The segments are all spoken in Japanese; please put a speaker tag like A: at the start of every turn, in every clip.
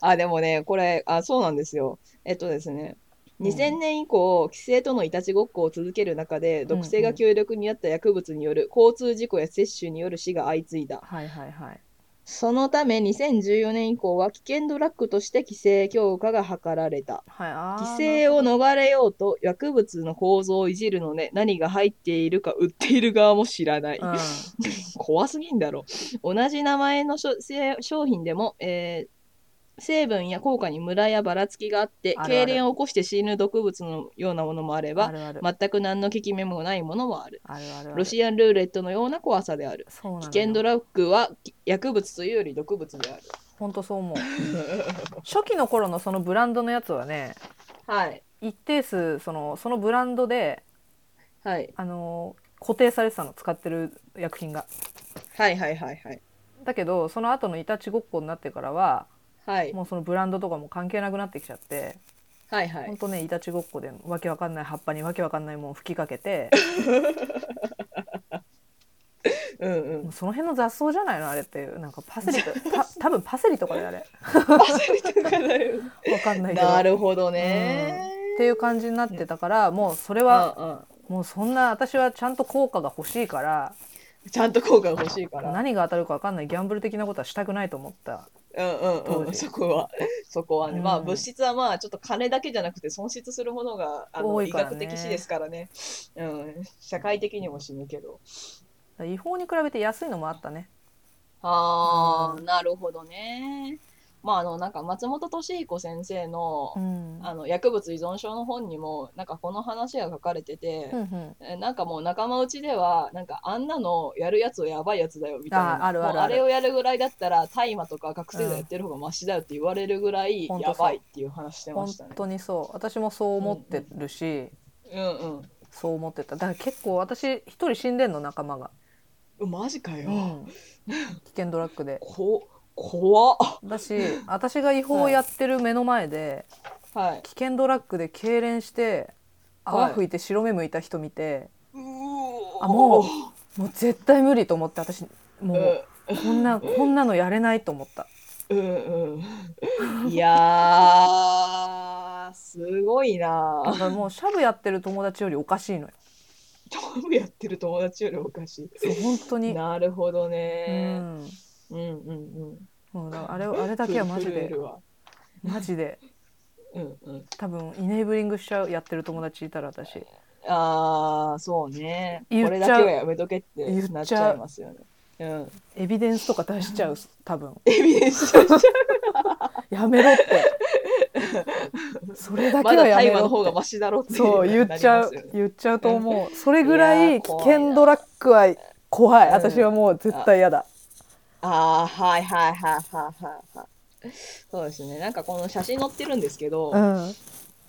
A: あ、でもね、これ、あ、そうなんですよ。えっとですね、
B: うん
A: 2000年以降、規制とのいたちごっこを続ける中で、毒性が強力になった薬物による交通事故や摂取による死が相次いだ。
B: はいはいはい。
A: そのため、2014年以降は危険ドラッグとして規制強化が図られた。
B: はい、あー
A: 規制を逃れようと薬物の構造をいじるので何が入っているか売っている側も知らない、
B: なるほど
A: 怖すぎんだろ同じ名前のしょせ商品でも、えー成分や効果にムラやばらつきがあって
B: あるある
A: 痙攣を起こして死ぬ毒物のようなものもあれ
B: うん、あ
A: ば
B: るある。
A: 全く何の効き目もないものもある
B: あるあるある。
A: ロシアンルーレットのような怖さである
B: そうなの
A: 危
B: よ
A: 険ドラッグは薬物というより毒物である
B: ほんとそう思 う。初期の頃のそのブランドのやつはね、
A: はい
B: 一定数そのそのブランドで
A: はい
B: あのー固定されてたの使ってる薬品が。
A: はいはいはいはい
B: だけどその後のいたちごっこになってからは
A: はい
B: もうそのブランドとかも関係なくなってきちゃって、
A: はいは
B: ほん
A: い
B: とねいたちごっこでわけわかんない葉っぱにわけわかんないもん吹きかけて、
A: うんうん
B: もうその辺の雑草じゃないのあれっていうなんかパセリ とた多分パセリとかであれ わかんないけど。
A: なるほどね。
B: っていう感じになってたからもうそれ
A: うん
B: は
A: う
B: もうそんな私はちゃんと効果が欲しいから
A: んちゃんと効果が欲しいから。
B: 何が当たるか分かんないギャンブル的なことはしたくないと思った
A: うんうんう
B: 当
A: ん。
B: 時
A: そこはそこはね。
B: うん
A: まあ物質はまあちょっと金だけじゃなくて損失するものがあの
B: 多
A: 医
B: いから
A: 学
B: ね
A: 的死ですからね。うん。社会的にも死ぬけど。
B: 違法に比べて安いのもあったね
A: ああなるほどね。まああのなんか松本敏彦先生の
B: うん
A: あの薬物依存症の本にもなんかこの話が書かれてて
B: う。んうん
A: えなんかもう仲間内ではなんかあんなのやるやつはやばいやつだよみたいな
B: ああるある
A: もう
B: ある
A: れをやるぐらいだったら大麻とか覚醒剤やってる方がマシだよって言われるぐらい
B: ほんとそ
A: や
B: う
A: ばいっていう話してま
B: 本
A: したね。
B: 当にそう私もそう思ってるし、
A: うんうん
B: そう思ってただから結構私一人死んでんの仲間が、
A: うん、マジかよ、
B: うん、危険ドラッグで
A: こ怖っ
B: だし私が違法をやってる目の前で、
A: はい
B: 危険ドラッグで痙攣して泡吹いて白目向いた人見て、
A: うおー
B: あももう絶対無理と思って私
A: う
B: もうこんなこんなのやれないと思った
A: うんうんいやーすごい
B: だ
A: な
B: からもうシャブやってる友達よりおかしいのよ
A: トムやってる友達よりおかし
B: そう本当
A: い
B: に、
A: なるほど
B: う
A: ね、
B: ん、
A: うん、うんうん
B: もうだからあれあれだけはマジ
A: 震え
B: で
A: るわ
B: マジで
A: うんうん
B: 多分イネーブリングしちゃうやってる友達いたら私
A: ああそうねこ
B: 言っ
A: れ
B: ち
A: だけ
B: ゃう
A: はやめとけってなっちゃいますよねうん
B: エビデンスとか出しちゃう多分
A: エビデンスとして
B: やめろってそれだ
A: ま
B: けは
A: だ
B: や
A: 大
B: め
A: 麻の
B: ろ
A: 方
B: っ
A: が
B: て
A: マシだろって
B: そう言っちゃう、
A: なりますよね
B: 言っちゃうと思うそれぐら
A: いやー
B: い危
A: 怖いな
B: 険ドラッグは怖い
A: うん
B: 私はもう絶対嫌だ、
A: ああはいはいはいはいはいはいそうですねなんかこの写真載ってるんですけど、
B: うん、はい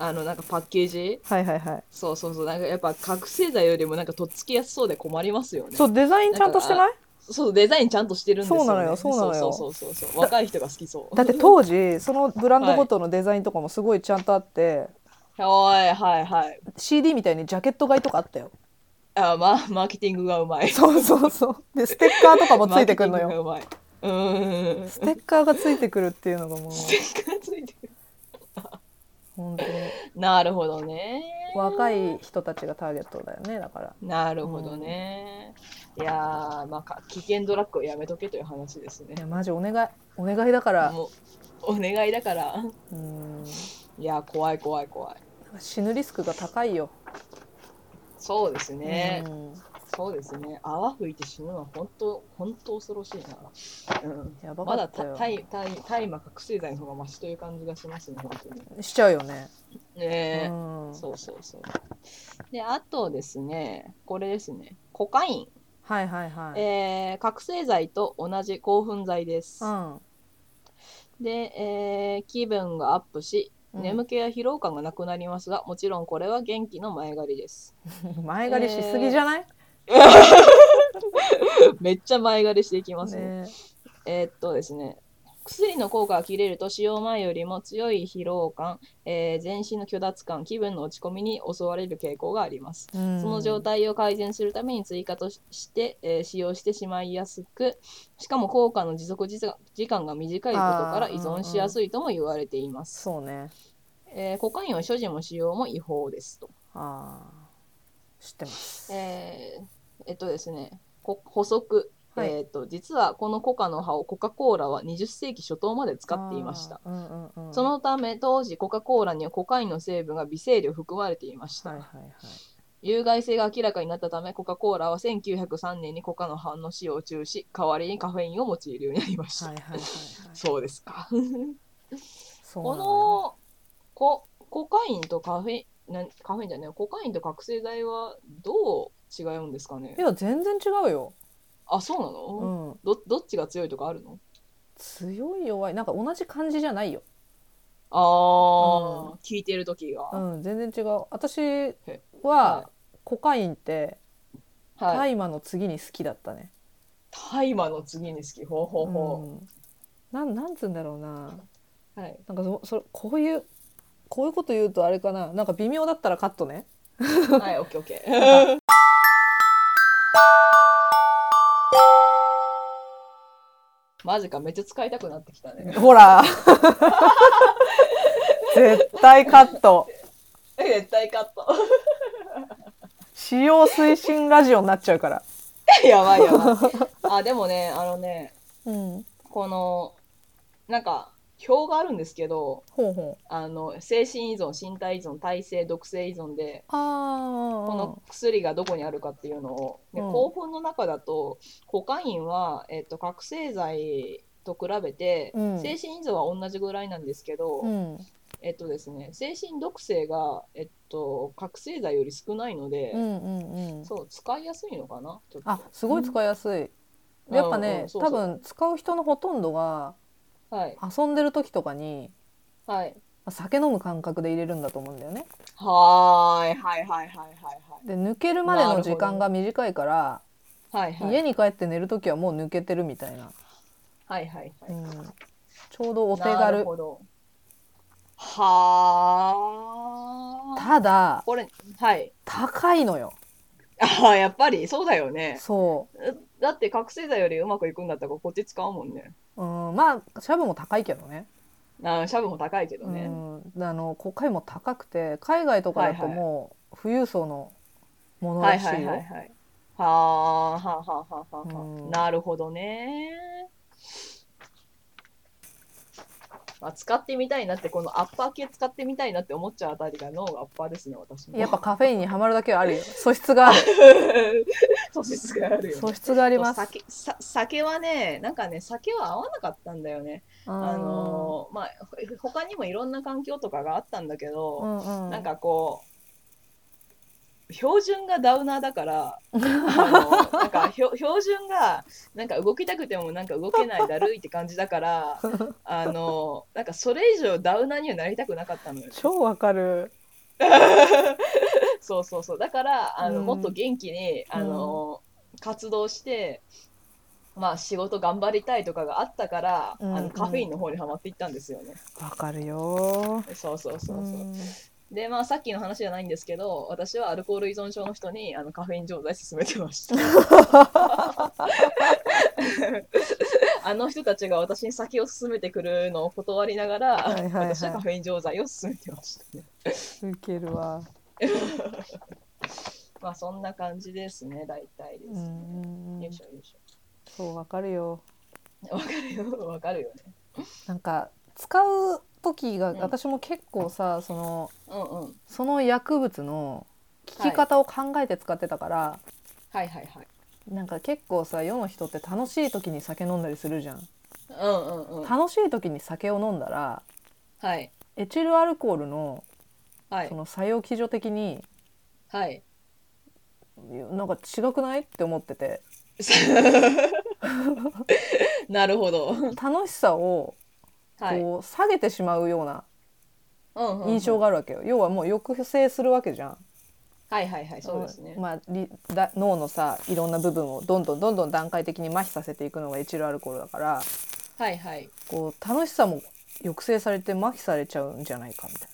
A: あのなんかパッケージ
B: はいはい
A: そうそうそうなんかやっぱ覚醒剤よりもなんかとっつきやすそうで困りますよね
B: そうデザインちゃんとしてない
A: そうデザインちゃんとしてるんですよ、ね、
B: そうなのよそうなのよ
A: そうそうそうそう若い人が好き そう
B: だって当時そのブランドごとのデザインとかもすごいちゃんとあって、
A: はいはいはい
B: CD みたいにジャケット買いとかあったよ
A: あーまあマーケティングがうまい
B: そうそうそうでステッカーとかもついてくるのよ
A: マーケティングがうまい。うんうんうん。
B: ステッカーがついてくるっていうのがもう
A: ついてる。
B: 本当に
A: なるほどね。
B: 若い人たちがターゲットだよねだから
A: なるほどね。いやー、まあか、危険ドラッグをやめとけという話です
B: いや
A: ね。
B: マジお願いお願いだから
A: もう、お願いだから。
B: うん
A: いやー、怖い怖い怖い。
B: 死ぬリスクが高いよ、
A: そうですね。
B: うん
A: そうですね。泡吹いて死ぬのは本当、本当恐ろしいな。うん。
B: やば
A: ま
B: か
A: だ
B: った
A: た
B: よ、
A: 大大大麻覚醒剤の方がマシという感じがしますね、本当に。
B: しちゃうよね、
A: ねえ。
B: うん、
A: そうそうそう。で、あとですね、これですね、コカイン、
B: はいはいはい、
A: えー覚醒剤と同じ興奮剤です。で、えー気分がアップし、
B: うん、
A: 眠気や疲労感がなくなりますが、もちろんこれは元気の前借り です。
B: 前借りしすぎじゃない、
A: めっちゃ前借りしていきますね。
B: ね
A: えーっとですね、薬の効果が切れると使用前よりも強い疲労感、えー全身の虚脱感気分の落ち込みに襲われる傾向があります
B: そ
A: その状
B: 態
A: 態を改善するために追加としして、えー使用してしまいやすくしかも効果の持続時時間が短いことから
B: あー
A: 依存しやすいとも言われています、
B: そうね
A: えーコカインは所持も使用も違法ですと、
B: あー知ってます
A: えーえっとですねこ補足、
B: はい
A: えーっと実はこのコカの葉をコカ・コーラは20世紀初頭まで使っていました
B: あーうんうんうん
A: そのため当時コカ・コーラにはコカインの成分が微生量含まれていました、
B: はいはいはい
A: 有害性が明らかになったためコカ・コーラは1903年にコカの反応使用を中止代わりにカフェインを用いるようになりました、
B: はいはいはいはい
A: そうですか
B: そうな
A: こ
B: んだよ
A: のココカインとカフェインなんカフェインじゃないコカインと覚醒剤はどう違うんですかね
B: ねいや全然違うよ
A: あそうなの、
B: うん
A: どどっちが強いとかあるの
B: 強い弱いなんか同じ感じじゃないよ、
A: ああ、聞いてる時が、
B: うん、全然違う私
A: は
B: はコカインって
A: はい
B: 大麻の次に好きだったね、
A: 大麻の次に好きほうほうほ
B: うん、なんなんつうんだろうな
A: う、はい
B: なんかそそこういうこういうこと言うとあれかななんか微妙だったらカット ね
A: はいオッケーオッケーマジかめっちゃ使いたくなってきたね。
B: ほら 絶対カット
A: 絶対カット。
B: 使用推進ラジオになっちゃうから
A: やばいやばい。 あでもねあのね
B: うん
A: このなんか表があるんですけど
B: ほうほう
A: あの精神依存身体依存体性毒性依存で
B: あー
A: この薬がどこにあるかっていうのを、で
B: うん
A: 興奮の中だとコカインは、えっと覚醒剤と比べて、
B: うん
A: 精神依存は同じぐらいなんですけど、
B: うん
A: えっとですね、精神毒性が、えっと、覚醒剤より少ないので、
B: うんうんうん
A: そう使いやすいのかなちょっと
B: あすごい使いやすい、
A: うん
B: やっぱ
A: うん
B: ね
A: うんそうそう
B: 多分使う人のほとんどが
A: はい
B: 遊んでる時とかに
A: はい
B: まあ酒飲む感覚で入れるんだと思うんだよね
A: はーいはいはいはいはい
B: で抜けるまで
A: なるほ
B: の
A: ど
B: 時間が短いから、
A: はいはいはい
B: 家に帰って寝る時はもう抜けてるみたいな、
A: はいはいは
B: う
A: い
B: ん、ちょうどお手
A: な
B: 軽
A: るほどはあ
B: ただ
A: これはい
B: 高いのよ
A: ああやっぱりそうだよね
B: そう
A: だって覚醒剤よりうまくいくんだったらこっち使うもんね
B: う、うん、まあシャブも高いけどね
A: あーシャブも高いけど
B: う
A: ね、
B: ん、あの国会も高くて海外とかだと
A: はいはい
B: もう富裕層のもの
A: は
B: ら
A: い
B: し
A: はい
B: い
A: はい
B: よ
A: はい。はあ、はあはあはあはあは
B: うん
A: あ。なるほどね。まあ、使ってみたいなって、このアッパー系使ってみたいなって思っちゃうあたりが脳がアッパーですね、私も。
B: やっぱカフェインにはまるだけはあるよ素質がある
A: 素質があるよ。
B: 素質があります
A: 酒さ酒はね、なんかね、酒は合わなかったんだよね。あのーまあ、ほ他にもいろんな環境とかがあったんだけ
B: う
A: ど、
B: んうん、
A: なんかこう、標準がダウナーだから、あ のなんかひょ標準がなんか動きたくてもなんか動けないだるいって感じだからあのなんかそれ以上ダウナーにはなりたくなかったのよ
B: 超わかる
A: そうそうそうだからあの、
B: うん
A: もっと元気にあの、活動してまあ仕事頑張りたいとかがあったから、
B: うん
A: あのカフェインの方にはまっていったんですよね、
B: わかるよ
A: そうそうそうそう、
B: ん
A: でまあさっきの話じゃないんですけど私はアルコール依存症の人にあのカフェイン錠剤勧めてました あの人たちが私に酒を勧めてくるのを断りながら、
B: はいはいはい
A: 私はカフェイン錠剤を勧めてましたね
B: ウケるわ
A: まあそんな感じですね大体で
B: う
A: すね、
B: ん
A: よいしょよいし
B: そうわかるよ
A: ょ わかるよわかるよね
B: なんか使う時が
A: うん
B: 私も結構さ、その
A: うんうんはい
B: その薬物の効き方を考えて使ってたから、
A: はいはい
B: なんか結構さ世の人って楽しい時に酒飲んだりするじゃん、
A: うんうんうん
B: 楽しい時に酒を飲んだら
A: はい
B: エチルアルコールの
A: は
B: そ
A: い
B: の作用基準的に
A: はい
B: なんか違くないって思ってて
A: なるほど
B: 楽しさを
A: はい
B: こう下げてしまうような
A: うんうんうん
B: 印象があるわけよ、要はもう抑制するわけじゃん
A: はいはいはいそうですね
B: まあ、りだ脳のさいろんな部分をどんどんどんどん段階的に麻痺させていくのがエチルアルコールだから
A: はいはい。
B: こう楽しさも抑制されて麻痺されちゃうんじゃないかみたい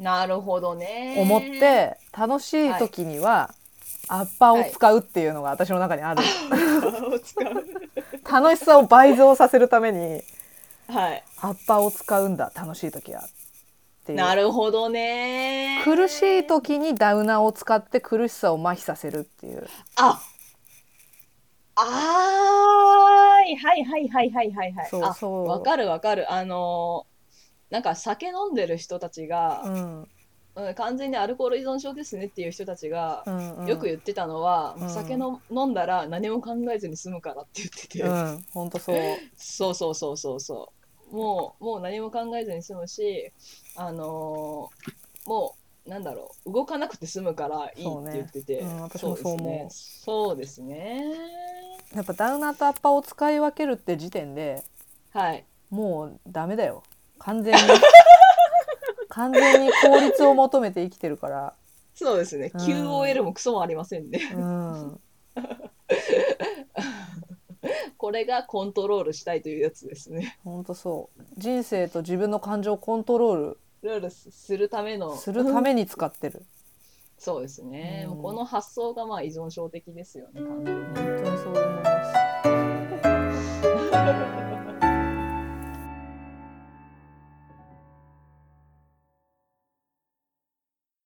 A: なるほどね。
B: な 思っ。て楽しい時にはアッパーを使うっていうのが私の中にある、
A: を使う。
B: 楽しさを倍増させるために
A: はい。
B: アッパーを使うんだ楽しい時はっていう
A: なるほどね。
B: 苦しい。時にダウナーを使って苦しさを麻痺させるっていう
A: あ。あーいはいはいはいはいはいはい。
B: そうそう
A: あわかるわかる。あのーなんか酒飲んでる人たち
B: う
A: が、
B: ん
A: うん、完全にアルコール依存症ですねっていう人たちが
B: う、んうん
A: よく言ってたのは、
B: うん
A: 酒の飲んだら何も考えずに済むからって言ってて、
B: うん本当そう
A: そうそうそうそうそうもうもう何も考えずに済むしあのーもうなんだろう動かなくて済むからいい
B: そ
A: っ
B: うね
A: て言ってて、
B: うん私もそう思う
A: そうですねそうですね
B: やっぱダウナーとアッパーを使い分けるって時点で
A: はい
B: もうダメだよ完 全に完全に効率を求めて生きてるから
A: そうですね
B: うん
A: QOL もクソもありませんね
B: うん
A: これがコントロールしたいというやつですね
B: 本当そう人生と自分の感情をコントロール
A: ルールするための
B: するために使ってる
A: そうですね、
B: うん
A: この発想がまあ依存症的ですよね完全に
B: 本当にそう思います